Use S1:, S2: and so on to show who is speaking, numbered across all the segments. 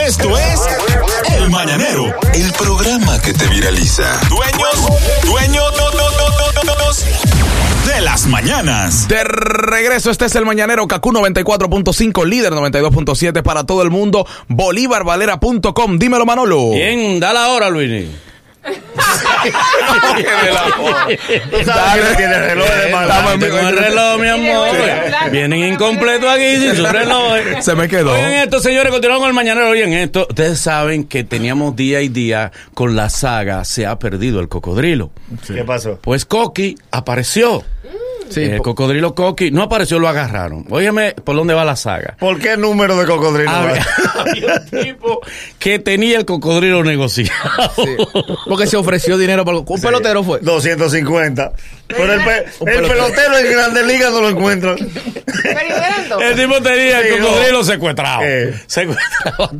S1: Esto es El Mañanero.
S2: El programa que te viraliza.
S1: Dueños, dueños, no, no, no, no, no, no, de las mañanas.
S3: De regreso, este es el Mañanero Kaku 94.5, líder 92.7 para todo el mundo. BolívarValera.com. Dímelo, Manolo.
S4: Bien, da la hora, Luini.
S5: Tú sabes que tiene reloj de
S4: Estamos
S5: maldad.
S4: el reloj, mi amor.
S6: Sí.
S4: Vienen incompletos aquí sin su reloj.
S5: eh.
S3: Se me quedó.
S4: Oigan esto, señores, continuamos con el mañanero. Oigan esto, ustedes saben que teníamos día y día con la saga Se ha perdido el cocodrilo.
S5: ¿Qué pasó?
S4: Pues Coqui apareció. el Eh, cocodrilo Coqui no apareció, lo agarraron. Óyeme, ¿por dónde va la saga?
S5: ¿Por qué número de cocodrilo?
S4: Había,
S5: va?
S4: había un tipo que tenía el cocodrilo negociado.
S7: Porque se ofreció dinero para un pelotero fue.
S5: 250. Pero el, pe-
S7: Un
S5: el
S7: pelotero.
S5: pelotero en Grandes Ligas no lo encuentran.
S6: Pero eran dos.
S4: El tipo tenía
S5: Sí,
S4: el
S5: no.
S4: cocodrilo secuestrado.
S5: Eh.
S4: Secuestrado.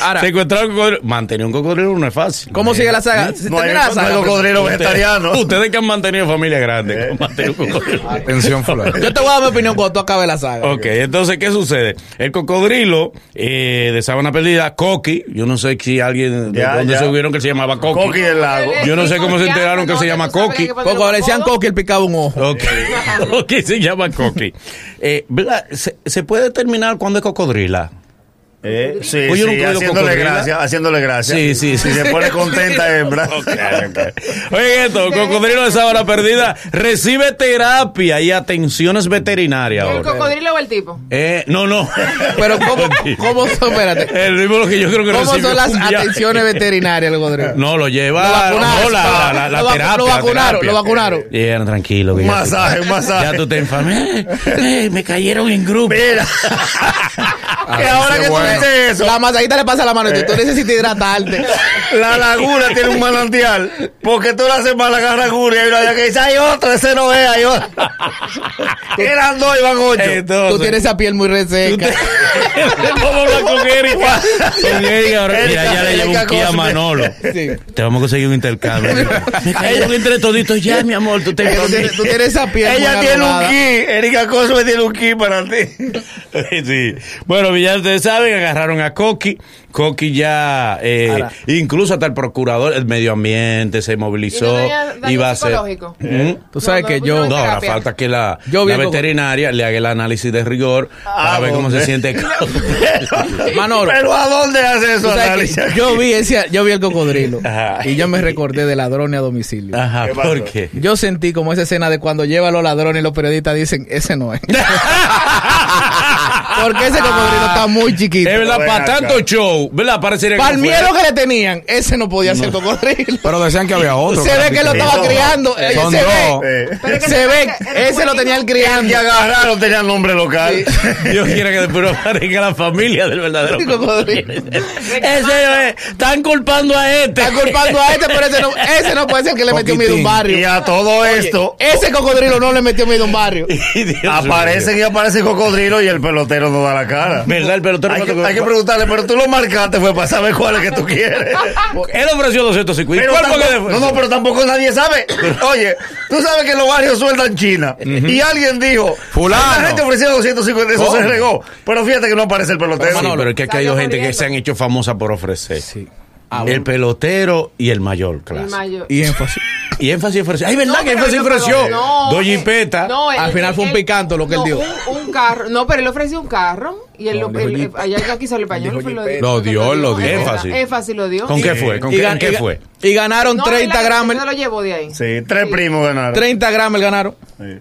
S7: Ahora-
S4: secuestrado un cocodrilo. Mantener un cocodrilo no es fácil.
S7: ¿Cómo sigue la saga?
S5: No hay,
S7: ¿Termina la
S5: no hay
S7: saga?
S5: cocodrilo vegetariano.
S4: Ustedes que han mantenido familia grande.
S5: Eh. Ah,
S4: con mantener un cocodrilo.
S3: Atención, Flores.
S7: Yo te voy a dar mi opinión cuando tú acabes la saga.
S4: Ok, entonces, ¿qué sucede? El cocodrilo eh, de Sábana Perdida, Coqui, yo no sé si alguien de
S5: Ya,
S4: dónde
S5: ya.
S4: se hubieron que se llamaba Coqui.
S5: Coqui del lago.
S4: Yo no sé cómo se
S6: Confianza,
S4: enteraron que
S6: ¿no?
S4: se llama
S6: tú sabes
S4: Coqui.
S6: que hay que ponerle
S7: Porque le
S6: un
S7: decían
S6: codo.
S7: coque, él picaba un ojo.
S4: Ok, Ok, se llama Coqui. Eh, ¿verdad? ¿Se, se puede determinar cuándo es cocodrila?
S5: Eh, sí,
S4: Oye,
S5: sí,
S4: un cocodrilo
S5: haciéndole
S4: cocodrilo.
S5: gracias, haciéndole gracias.
S4: Sí, sí, sí.
S5: Si se pone contenta hembra.
S4: Oigan esto, Cocodrilo de Sábana Perdida recibe terapia y atenciones veterinarias
S6: ¿El
S4: ahora.
S6: cocodrilo o el tipo?
S4: Eh, no, no.
S7: Pero ¿cómo, cómo son, espérate,
S4: El mismo lo que yo creo que
S7: ¿cómo
S4: recibe
S7: son las
S4: un viaje.
S7: atenciones veterinarias, el cocodrilo?
S4: No, lo lleva.
S7: Lo vacunaron.
S4: no, la, la- la- la
S7: Lo vacu-
S4: terapia.
S7: lo
S4: la
S7: vacunaron,
S4: terapia.
S7: lo vacunaron.
S4: Eh, ya, tranquilo. que
S5: Un
S4: ya tú-
S5: masaje, un
S4: Ya
S5: masaje.
S4: tú te enfermé. Eh, me cayeron en grupo.
S5: Mira. que ahora que tú dices eso, Eh.
S7: La masajita le pasa la mano y tú, tú necesitas hidratarte.
S5: la laguna tiene un manantial. Porque tú la haces mal la laguna y hay una allá que dice, hay otra, ese no es, hay otra. Eran dos y van ocho.
S4: Entonces,
S7: Tú tienes esa piel muy reseca.
S4: Vamos a hablar con Erika. Con Erika ahora. Mira,
S5: Erika,
S4: ya le llevo
S5: Erika
S4: un Kia a
S5: Cosme.
S4: Manolo.
S7: Sí.
S4: Te vamos a conseguir un intercambio. Me cayeron entre toditos ya, mi amor. Tú te
S7: Tú tienes, tú tienes esa piel muy
S5: Ella tiene un
S7: arrugada.
S5: ki, Erika Cosme tiene un ki para ti.
S4: sí. Bueno, ya ustedes saben, agarraron a Coqui. Coqui ya, eh,
S7: Ahora.
S4: incluso hasta el procurador, el medio ambiente se movilizó.
S6: ¿Y no tenía daño
S4: y va a ser.
S6: psicológico?
S4: ¿Mm?
S5: Pues,
S7: Tú sabes
S6: No,
S7: que
S6: no,
S7: yo.
S4: No, ahora
S6: terapia.
S4: falta que la,
S7: Yo vi
S4: la
S7: el coco-
S4: veterinaria le haga el análisis de rigor para ver cómo se
S5: Ah, hombre.
S4: siente.
S7: Manolo.
S5: Pero ¿a dónde hace
S7: tú
S5: eso,
S7: sabes que
S5: Analisa?
S7: yo vi ese, yo vi el cocodrilo
S4: Ajá.
S7: y yo me recordé de ladrones a domicilio.
S4: Ajá,
S5: ¿Qué pasó?
S4: ¿por qué?
S7: Yo sentí como esa escena de cuando lleva a los ladrones y los periodistas dicen, ese no es. Porque ese cocodrilo está muy chiquito.
S4: Ah, Es verdad,
S5: Ven
S4: para
S5: acá.
S4: tanto show, ¿verdad? Parecería que
S7: Para el
S4: no fue.
S7: miedo que le tenían, ese no podía ser cocodrilo.
S3: Pero decían que había otro.
S7: Se ve que lo
S3: Sí.
S7: estaba
S5: Son-
S7: criando. eh,
S3: son
S7: se
S3: dos.
S7: ve.
S5: Eh,
S6: Pero es que
S7: Se
S6: no-
S7: ve.
S6: el- el
S7: Ese lo tenía el
S5: el
S7: criando.
S5: que agarraron tenía nombre local.
S4: Yo quiero que después no aparezca la familia del verdadero
S7: El
S4: cocodrilo.
S7: cocodrilo.
S4: Ese es, están culpando a este.
S7: Está culpando a este, pero ese no, ese no puede ser que le metió miedo a un
S3: Poquitín.
S5: Y
S7: barrio.
S5: a todo esto,
S7: Ese cocodrilo no le metió miedo a un barrio.
S4: Dios
S5: aparecen y aparece cocodrilo y el pelotero no da la cara.
S4: mío. ¿Verdad? El pelotero
S5: Hay
S4: no
S5: que,
S4: tocó-
S5: hay que preguntarle, pero tú lo marcaste fue para saber cuál es que tú quieres.
S4: Él ofreció 250. ¿Y
S5: Pero
S4: cuál fue que
S5: tampoco-
S4: fue?
S5: no, no, pero tampoco nadie sabe. Oye, tú sabes que los barrios sueltan China. Y alguien dijo,
S3: Fulano.
S5: La gente ofrecía 250, eso se regó. Pero fíjate que no aparece el pelotero.
S4: Sí, pero es que aquí ha
S6: Salió
S4: habido gente que
S6: corriendo.
S4: se han hecho famosa por ofrecer. Ah, El pelotero y el mayor, claro.
S6: El mayor.
S7: Y énfasis.
S4: Y énfasis ofreció. ¡Ay, verdad
S6: No,
S4: que
S6: pero
S4: énfasis
S6: él no
S4: ofreció!
S6: pagó. No,
S4: Dos
S6: eh,
S4: jipetas.
S6: no, él-
S7: Al final fue un picanto lo que él
S6: no,
S7: dio.
S6: Un, un carro. No, pero él ofreció un carro. Y él, lo, él- allá aquí sale español. fue Lo,
S3: Lo dio, lo dio.
S4: Énfasis.
S6: Énfasis lo dio.
S4: ¿Con qué fue? ¿Con
S7: Y
S4: qué,
S7: gan-
S4: en
S7: y
S4: qué
S7: ga-
S4: fue?
S7: Y ganaron
S6: No,
S7: 30
S6: él-
S7: gramos.
S6: él se lo llevó de ahí.
S5: Sí, tres primos ganaron.
S7: 30 gramos ganaron.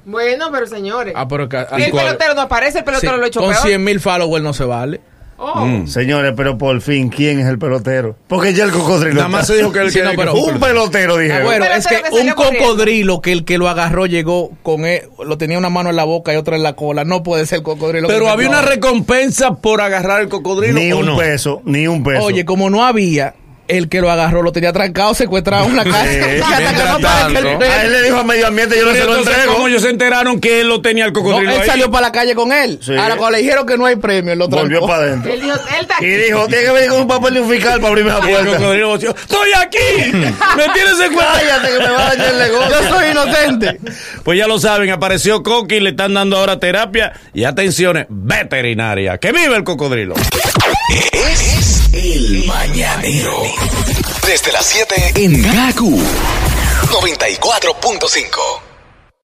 S6: Bueno, pero señores.
S7: Ah, pero ca-
S6: el
S7: ah, cuadro-
S6: pelotero no aparece, el pelotero
S7: Sí,
S6: lo echó
S7: Con
S6: peor.
S7: 100 mil followers no se vale.
S6: Oh.
S5: Señores, pero por fin, ¿quién es el pelotero? Porque ya el cocodrilo.
S4: Nada más se dijo que él
S7: Sí,
S4: quería
S7: no,
S4: que
S7: pero-
S4: fuera
S5: Un pelotero, dije.
S7: Bueno,
S6: Pero
S7: es
S6: ese
S7: que
S6: era que
S7: un
S6: salió corriendo.
S7: cocodrilo que el que lo agarró llegó con él, lo tenía una mano en la boca y otra en la cola. No puede ser cocodrilo. que
S4: Pero
S7: se
S4: había
S7: llevó.
S4: una recompensa por agarrar el cocodrilo.
S5: Ni
S4: o
S5: un
S4: no?
S5: peso, ni un peso.
S7: Oye, como no había, el que lo agarró lo tenía trancado, secuestrado en una casa.
S5: Sí,
S7: Y hasta que no
S3: mientras
S7: aparezca el
S3: tanto.
S7: rey.
S5: a él le dijo al medio ambiente, yo no se lo
S4: ¿eh? Entonces, ¿cómo
S5: entrego.
S4: ellos se enteraron que él lo tenía el
S7: No,
S4: cocodrilo
S7: él
S4: ahí?
S7: salió para la calle con él.
S5: Sí.
S7: Ahora cuando le dijeron que no hay premio, él lo trancó.
S5: Volvió para adentro.
S6: Él dijo, él está
S5: Y
S6: aquí.
S5: dijo, tiene que venir con un papel de un fiscal para abrirme la
S4: Y el
S5: puerta.
S4: Ah, cocodrilo voció, ¡Estoy aquí! ¡Me tienes secuestrado!
S5: Cállate que me va a dañar el negocio.
S7: Yo soy inocente.
S4: Pues ya lo saben, apareció Coqui y le están dando ahora terapia y atenciones veterinarias. ¡Que vive el cocodrilo!
S2: Es El Mañanero. Desde las 7 en Gaku 94.5.